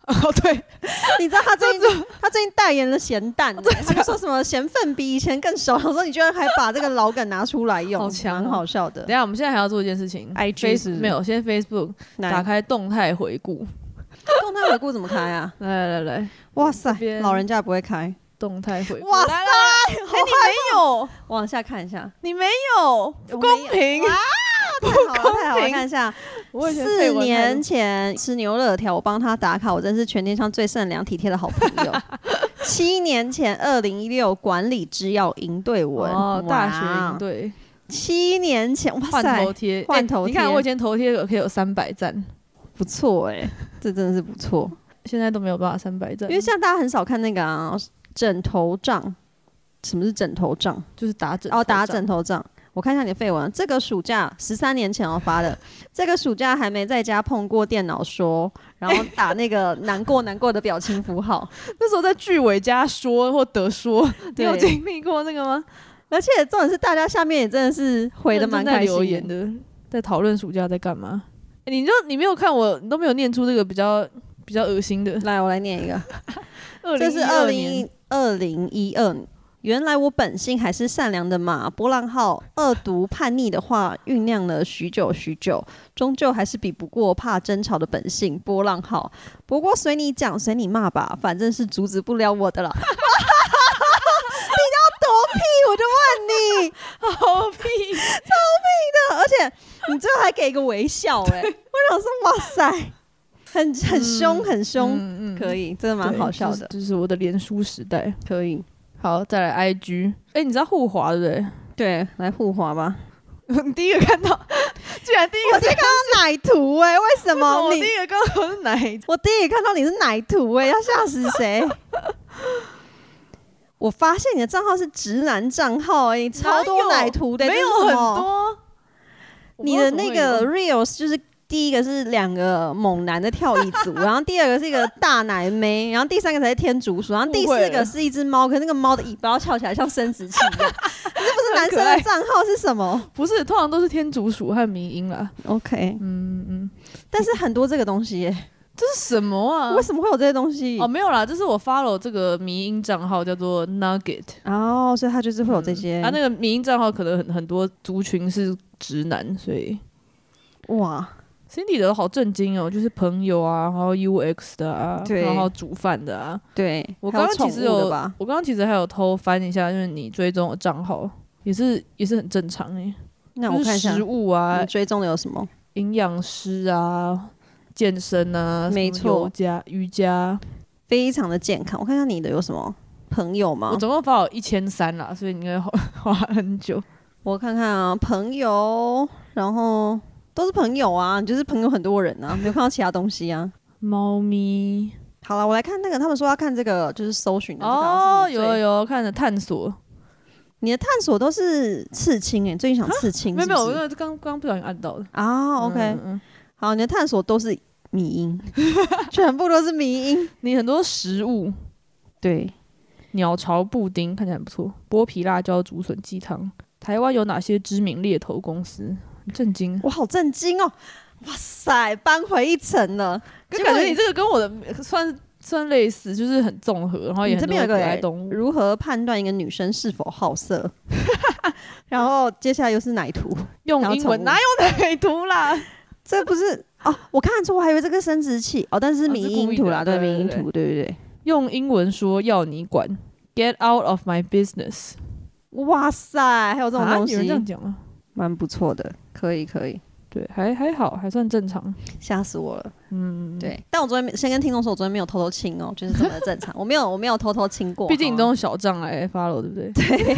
Speaker 2: 哦，对，
Speaker 1: 你知道他最近他最近代言了咸
Speaker 2: [LAUGHS]
Speaker 1: 蛋、他就说什么咸分比以前更熟。 [LAUGHS] 我说你居然还把这个老梗拿出来用，
Speaker 2: 好强哦
Speaker 1: 蛮好笑
Speaker 2: 等
Speaker 1: 的
Speaker 2: 一。下我们现在还要做一件事情
Speaker 1: IG 是不是
Speaker 2: 没有，先 Facebook
Speaker 1: 来
Speaker 2: 打开动态回顾，
Speaker 1: 动态回顾怎么开啊？
Speaker 2: 来来来来，
Speaker 1: 哇塞
Speaker 2: 这，边
Speaker 1: 老人家不会
Speaker 2: [LAUGHS]
Speaker 1: 开。
Speaker 2: 动态回顾，
Speaker 1: 哇
Speaker 2: 来来来
Speaker 1: 哎，
Speaker 2: 哎、你没有，
Speaker 1: [LAUGHS] 往下看一
Speaker 2: [LAUGHS]
Speaker 1: 下，
Speaker 2: 你没有，不公平！
Speaker 1: 太好了，太好
Speaker 2: 公
Speaker 1: 了，
Speaker 2: 平
Speaker 1: 看一下。
Speaker 2: 我以前
Speaker 1: 四
Speaker 2: 绯闻太
Speaker 1: 年
Speaker 2: 多
Speaker 1: 前吃牛肋条，我帮他打卡，我真是全天上最善良体贴的好朋
Speaker 2: [LAUGHS]
Speaker 1: 友。七年前，二零一六管理之要营队文，
Speaker 2: 哦，大学
Speaker 1: 哇
Speaker 2: 营。队
Speaker 1: 七年前，哇
Speaker 2: 换
Speaker 1: 塞
Speaker 2: 头，贴，
Speaker 1: 换
Speaker 2: 哎
Speaker 1: 头
Speaker 2: 你看
Speaker 1: 贴
Speaker 2: 我以前头贴有可以有三百赞，
Speaker 1: 不错
Speaker 2: [LAUGHS]
Speaker 1: 哎、这真的是不错。
Speaker 2: 现在都没有办法三百赞，
Speaker 1: 因为现在大家很少看那个啊，枕头仗。什么是枕头仗？
Speaker 2: 就是打枕
Speaker 1: 哦，打
Speaker 2: 头
Speaker 1: 枕头仗。我看一下你的绯闻，这个暑假十三年前我哦发的，这个暑假还没在家碰过电脑说，然后打那个难过难过的表情符号。
Speaker 2: 仗。那时候在剧委家说或得说，你有
Speaker 1: 对
Speaker 2: 经历过那个吗？
Speaker 1: 而且重点是，大家下面也真的是回的蛮
Speaker 2: 认真在
Speaker 1: 开
Speaker 2: 留
Speaker 1: 心
Speaker 2: 言。的，在讨论暑假在干嘛。哎你就你没有看我，你都没有念出这个比较比较恶心的。
Speaker 1: 来，我来念一个，
Speaker 2: 2012
Speaker 1: 这是 [LAUGHS] 二
Speaker 2: 年
Speaker 1: 零二零一二。原来我本性还是善良的马，波浪号恶毒叛逆的话酝酿了许久许久，终究还是比不过怕争吵的本性。波浪号，不过随你讲，随你骂吧，反正是阻止不了我的啦。 [LAUGHS] 你要多屁，我就问你。
Speaker 2: 好屁， [LAUGHS]
Speaker 1: 而且你最后还给一个微 [LAUGHS] 笑、欸，哎，我想说，哇塞，很很凶，很凶。
Speaker 2: 嗯
Speaker 1: 可以，真的蛮
Speaker 2: 对
Speaker 1: 好笑的。
Speaker 2: 就是就是我的脸书时代。
Speaker 1: 可以，
Speaker 2: 好，再来 IG。哎、你知道互滑对不对？
Speaker 1: 对，来互滑吧。
Speaker 2: 你 [LAUGHS] 第一个看到，居然第一
Speaker 1: 我
Speaker 2: 个
Speaker 1: 第一个看到奶图哎、为什么
Speaker 2: 我第
Speaker 1: 你？
Speaker 2: 一个刚好是奶
Speaker 1: 我第一个看到你是奶图哎、要吓死谁？ [LAUGHS] 我发现你的账号是直男账号哎、超
Speaker 2: 哪有
Speaker 1: 多奶图的、
Speaker 2: 没有
Speaker 1: 这是
Speaker 2: 很
Speaker 1: 什么。
Speaker 2: 多。
Speaker 1: 你的那个 reels 就是第一个是两个猛男的跳椅组，然后第二个是一个大奶妹，然后第三个才是天竺鼠，然后第四个是一只猫，可是那个猫的尾巴翘起 [LAUGHS] 来像生殖器一样。这不是男生的账号是什么
Speaker 2: 不是，通常都是天竺鼠和迷音啦。
Speaker 1: ？OK，
Speaker 2: 嗯嗯，
Speaker 1: 但是很多这个东西耶，
Speaker 2: 这是什么啊
Speaker 1: 为？什么会有这些东西
Speaker 2: 哦，？没有啦，这是我 follow 这个迷音账号叫做 Nugget，
Speaker 1: 哦，所以它就是会有这些。
Speaker 2: 啊，那个迷音账号可能很很多族群是直男，所以
Speaker 1: 哇，
Speaker 2: Cindy 的好震惊哦，就是朋友啊，然后 UX 的啊，
Speaker 1: 对
Speaker 2: 然后煮饭的啊。
Speaker 1: 对
Speaker 2: 我
Speaker 1: 还有
Speaker 2: 刚刚其实
Speaker 1: 宠物的
Speaker 2: 有，
Speaker 1: 吧，
Speaker 2: 我刚刚其实还有偷翻一下，就是你追踪的账号也是也是很正常哎、
Speaker 1: 那
Speaker 2: 就
Speaker 1: 我
Speaker 2: 是
Speaker 1: 看一下嗯
Speaker 2: 食物啊
Speaker 1: 你，追踪的有什么？
Speaker 2: 营养师啊，健身啊，什么
Speaker 1: 没错
Speaker 2: 瑜伽瑜伽。
Speaker 1: 非常的健康。我看一下你的有什么朋友吗
Speaker 2: 我？总共发了一千三啦，所以你应该花花很久。
Speaker 1: 我看看啊，朋友，然后都是朋友啊，你就是朋友很多人啊，没 [LAUGHS] 有看到其他东西啊。
Speaker 2: 猫咪
Speaker 1: 好了，我来看那个，他们说要看这个，就是搜寻的。
Speaker 2: 哦，
Speaker 1: 这
Speaker 2: 有
Speaker 1: 个好像是你
Speaker 2: 有
Speaker 1: 最
Speaker 2: 有看着探索，
Speaker 1: 你的探索都是刺青诶、你最近想刺青
Speaker 2: 没有
Speaker 1: 是不
Speaker 2: 没有，我
Speaker 1: 是？
Speaker 2: 那刚刚不小心按到的。
Speaker 1: 啊，OK，、
Speaker 2: 嗯嗯嗯
Speaker 1: 好，你的探索都是迷
Speaker 2: [LAUGHS]
Speaker 1: 音，全部都是迷音。
Speaker 2: 你很多食物，
Speaker 1: 对，
Speaker 2: 鸟巢布丁看起来很不错，剥皮辣椒竹笋鸡汤。台湾有哪些知名猎头公司？很震惊！
Speaker 1: 我好震惊哦！哇塞，扳回一城了。
Speaker 2: 就
Speaker 1: 结果
Speaker 2: 感觉你这个跟我的算算类似，就是很综合，然后也
Speaker 1: 你这
Speaker 2: 很
Speaker 1: 边
Speaker 2: 多
Speaker 1: 有个
Speaker 2: 可爱
Speaker 1: 欸
Speaker 2: 动物。
Speaker 1: 如何判断一个女生是否好
Speaker 2: [LAUGHS]
Speaker 1: 色？然后接下来又是奶图，
Speaker 2: 用
Speaker 1: 然后
Speaker 2: 英
Speaker 1: 宠
Speaker 2: 文
Speaker 1: 物
Speaker 2: 哪有奶图啦？
Speaker 1: 这不是哦？我看错，我还以为这个生殖器哦，但是
Speaker 2: 哦
Speaker 1: 迷
Speaker 2: 是故
Speaker 1: 因
Speaker 2: 意
Speaker 1: 图
Speaker 2: 的
Speaker 1: 啦，对
Speaker 2: 对
Speaker 1: 迷因
Speaker 2: 对对
Speaker 1: 图，对对对。
Speaker 2: 用英文说要你管，Get out of my business。
Speaker 1: 哇塞，还有这种
Speaker 2: 啊，
Speaker 1: 东
Speaker 2: 有人这样
Speaker 1: 西，
Speaker 2: 讲吗？
Speaker 1: 蛮不错的，可以可以，
Speaker 2: 对，还还好，还算正常。
Speaker 1: 吓死我了。
Speaker 2: 嗯，
Speaker 1: 对，但我昨天没先跟听众说，我昨天没有偷偷亲哦，就是这么的正常，我 [LAUGHS] 没有我没有偷偷亲过，哦
Speaker 2: 毕竟你都
Speaker 1: 好吗
Speaker 2: 用小账来 follow，对不对？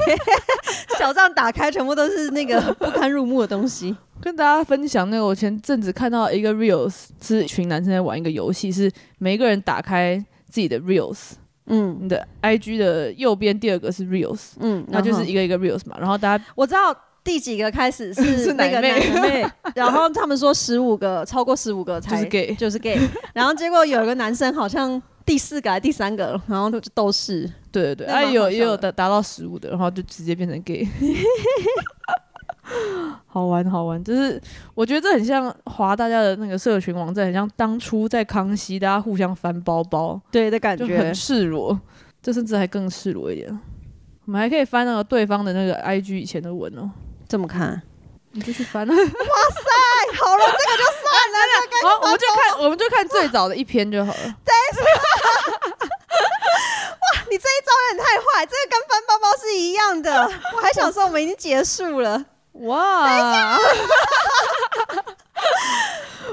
Speaker 1: 小账打开，全部都是那个不堪入目的东西。
Speaker 2: 跟大家分享那个，我前阵子看到一个 reels，是一群男生在玩一个游戏，是每一个人打开自己的 reels，
Speaker 1: [LAUGHS] 嗯
Speaker 2: 你的 IG 的右边第二个是 reels，
Speaker 1: 嗯，
Speaker 2: 那就
Speaker 1: 然后
Speaker 2: 是一个一个 reels 嘛，然后大家
Speaker 1: 我知道第几个开
Speaker 2: [LAUGHS]
Speaker 1: 始是
Speaker 2: 是
Speaker 1: 那
Speaker 2: 奶
Speaker 1: 个
Speaker 2: 妹
Speaker 1: 奶妹，然后他们说十五个，超过十五个
Speaker 2: 就
Speaker 1: 才
Speaker 2: 是 gay，
Speaker 1: 就是 gay，然后结果有一个男生好像第四个还是第三个，然后就都
Speaker 2: [LAUGHS]
Speaker 1: 是
Speaker 2: 对对对，
Speaker 1: 那蛮
Speaker 2: 啊
Speaker 1: 好
Speaker 2: 也有
Speaker 1: 笑
Speaker 2: 也有
Speaker 1: 的
Speaker 2: 达达到十五的，然后就直接变成 gay，好玩好玩，就是我觉得这很像划大家的那个社群网站，很像当初在康熙大家互相翻包包，
Speaker 1: 对的感
Speaker 2: 就很赤裸，这甚至还更赤裸一点。我们还可以翻那个对方的那个 IG 以前的文哦，
Speaker 1: 这么看，哎，
Speaker 2: 你就去翻。 [LAUGHS]
Speaker 1: 好了，这个就算了。
Speaker 2: 好，我们就看，我们就看最早的一篇就好了。
Speaker 1: 你这一招有点太坏，这个跟翻包包是一样
Speaker 2: [LAUGHS]
Speaker 1: 的。我还想说我们已经结束了，
Speaker 2: 哇！ [LAUGHS]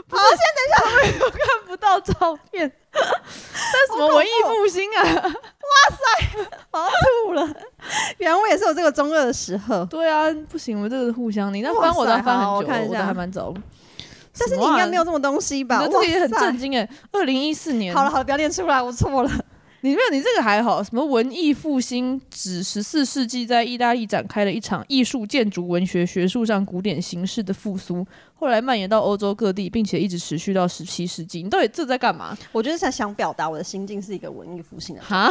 Speaker 2: 不是，先等一下，我看不到照片。那什么文艺复兴啊？ [LAUGHS]
Speaker 1: 我要吐了。 [LAUGHS] 原来我也是有这个中二的时候，
Speaker 2: 对啊，不行，我们这个互相你那翻我的翻很
Speaker 1: 哇塞好
Speaker 2: 久，
Speaker 1: 我看一下
Speaker 2: 的还蛮早。
Speaker 1: 但是你应该没
Speaker 2: 有
Speaker 1: 有这么东西吧？
Speaker 2: 啊你的这个也很
Speaker 1: 哇塞
Speaker 2: 震惊哎！二零一四年，
Speaker 1: 好了好了，不要念出来，我错了。
Speaker 2: 你没有，你这个还好。什么文艺复兴指十四世纪在意大利展开了一场艺术、建筑、文学、学术上古典形式的复苏，后来蔓延到欧洲各地，并且一直持续到十七世纪。你到底这在干嘛？
Speaker 1: 我就是想想表达我的心境是一个文艺复兴的
Speaker 2: 哈？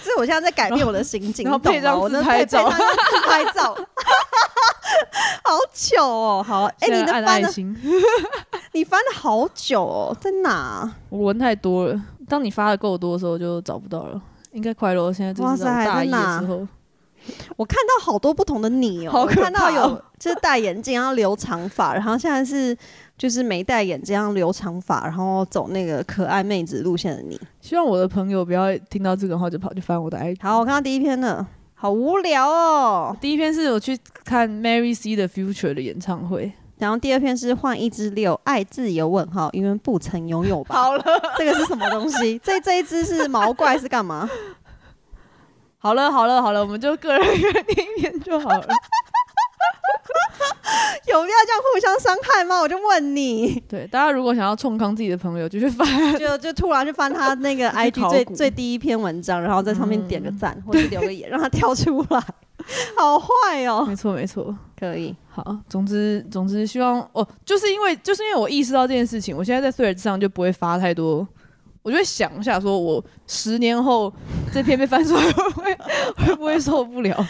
Speaker 1: 所以我现在在改变我的心境，
Speaker 2: [LAUGHS] 然后
Speaker 1: 你懂
Speaker 2: 配上
Speaker 1: 吗我能
Speaker 2: 自拍
Speaker 1: 配
Speaker 2: 照
Speaker 1: 配上自拍照， [LAUGHS] 好久哦，好，哎、
Speaker 2: 现在
Speaker 1: 你的
Speaker 2: 按
Speaker 1: 翻
Speaker 2: 啊爱
Speaker 1: 的
Speaker 2: 心，
Speaker 1: 你翻的好久哦，在哪啊？
Speaker 2: 我文太多了。当你发的够多的时候，就找不到了。应该快乐，现在就是
Speaker 1: 哇
Speaker 2: 这
Speaker 1: 塞
Speaker 2: 种大
Speaker 1: 还在
Speaker 2: 一的
Speaker 1: 哪
Speaker 2: 时候，
Speaker 1: 我看到好多不同的你哦，
Speaker 2: 好
Speaker 1: 我
Speaker 2: 可
Speaker 1: 看到
Speaker 2: 怕哦
Speaker 1: 有就是戴眼镜，然后留长发，然后现在是就是没戴眼镜，然后留长发，然后走那个可爱妹子路线的你。
Speaker 2: 希望我的朋友不要听到这个，然后就跑去翻我的 IG。
Speaker 1: 好，我看到第一篇了，好无聊哦。
Speaker 2: 第一篇是我去看 Mary C 的 Future 的演唱会，
Speaker 1: 然后第二篇是换一只六，爱自由问号，因为不曾拥有
Speaker 2: [LAUGHS]
Speaker 1: 吧。
Speaker 2: 好了。
Speaker 1: [LAUGHS] 这个是什么东西？这这一只是毛怪是干嘛？
Speaker 2: 好了好了好了，我们就个人约定一遍就好 [LAUGHS] 了。
Speaker 1: [LAUGHS] 有必要这样互相伤害吗？我就问你，
Speaker 2: 对，大家如果想要冲康自己的朋友，就去 [LAUGHS] 翻。
Speaker 1: [LAUGHS] 就就突然去翻他 [LAUGHS] 那个
Speaker 2: 去考
Speaker 1: IG 最
Speaker 2: 古
Speaker 1: 嗯最第一篇文章，然后在上面点个赞、或者留个言，让他跳出来。 [LAUGHS] 好坏哦。
Speaker 2: 没错，没错。
Speaker 1: 可以，
Speaker 2: 好，总之，总之，希望哦，就是因为就是因为我意识到这件事情，我现在在 Threads 上就不会发太多。我就会想一下，说我十年后这篇被翻出来，会不会会不会受不了？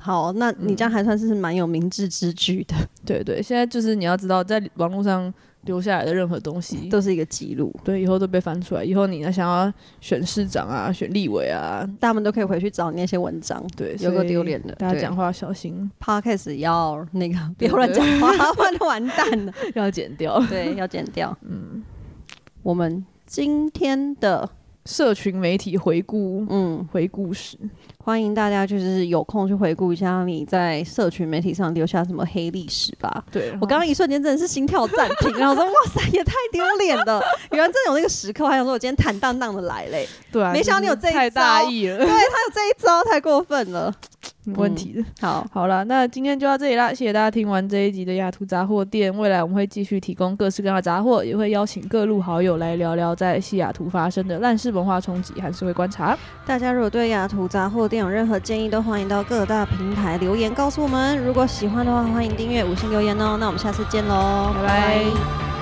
Speaker 1: 好，那你这样还算是蛮有明智之举的，
Speaker 2: [LAUGHS] 对对，现在就是你要知道，在网络上留下来的任何东西，
Speaker 1: 都是一个记录，
Speaker 2: 对，以后都被翻出来。以后你呢，想要选市长啊，选立委啊，
Speaker 1: 大家们都可以回去找你那些文章。
Speaker 2: 对，
Speaker 1: 有个
Speaker 2: 所以
Speaker 1: 丢脸的
Speaker 2: 大家
Speaker 1: 对
Speaker 2: 讲话小心，
Speaker 1: Podcast 要那个 [LAUGHS] 不要 [LAUGHS]
Speaker 2: 对
Speaker 1: 乱
Speaker 2: 对
Speaker 1: 讲话，不然就完蛋了。
Speaker 2: [LAUGHS] 要剪掉。
Speaker 1: 对，要剪掉。嗯，我们今天的
Speaker 2: 社群媒体回顾
Speaker 1: 嗯，
Speaker 2: 回顾史，
Speaker 1: 欢迎大家就是有空去回顾一下你在社群媒体上留下什么黑历史吧。
Speaker 2: 对
Speaker 1: 我刚
Speaker 2: 然后
Speaker 1: 刚一瞬间真的是心跳暂停，然后我说哇塞，也太丢脸了！原来真的有那个时刻，我还想说我今天坦荡荡的来嘞，
Speaker 2: 对啊，
Speaker 1: 没想到你有
Speaker 2: 就是
Speaker 1: 这一
Speaker 2: 太大
Speaker 1: 招
Speaker 2: 意
Speaker 1: 对
Speaker 2: 了，
Speaker 1: 他有这一招太过分了。
Speaker 2: 没 [LAUGHS] 问题的。
Speaker 1: 好，
Speaker 2: 好了，那今天就到这里啦，谢谢大家听完这一集的雅图杂货店。未来我们会继续提供各式各样的杂货，也会邀请各路好友来聊聊在西雅图发生的烂事文化冲击和社会观察。
Speaker 1: 大家如果对雅图杂货店有任何建议，都欢迎到各大平台留言告诉我们。如果喜欢的话，欢迎订阅、五星留言哦。那我们下次见喽，
Speaker 2: 拜拜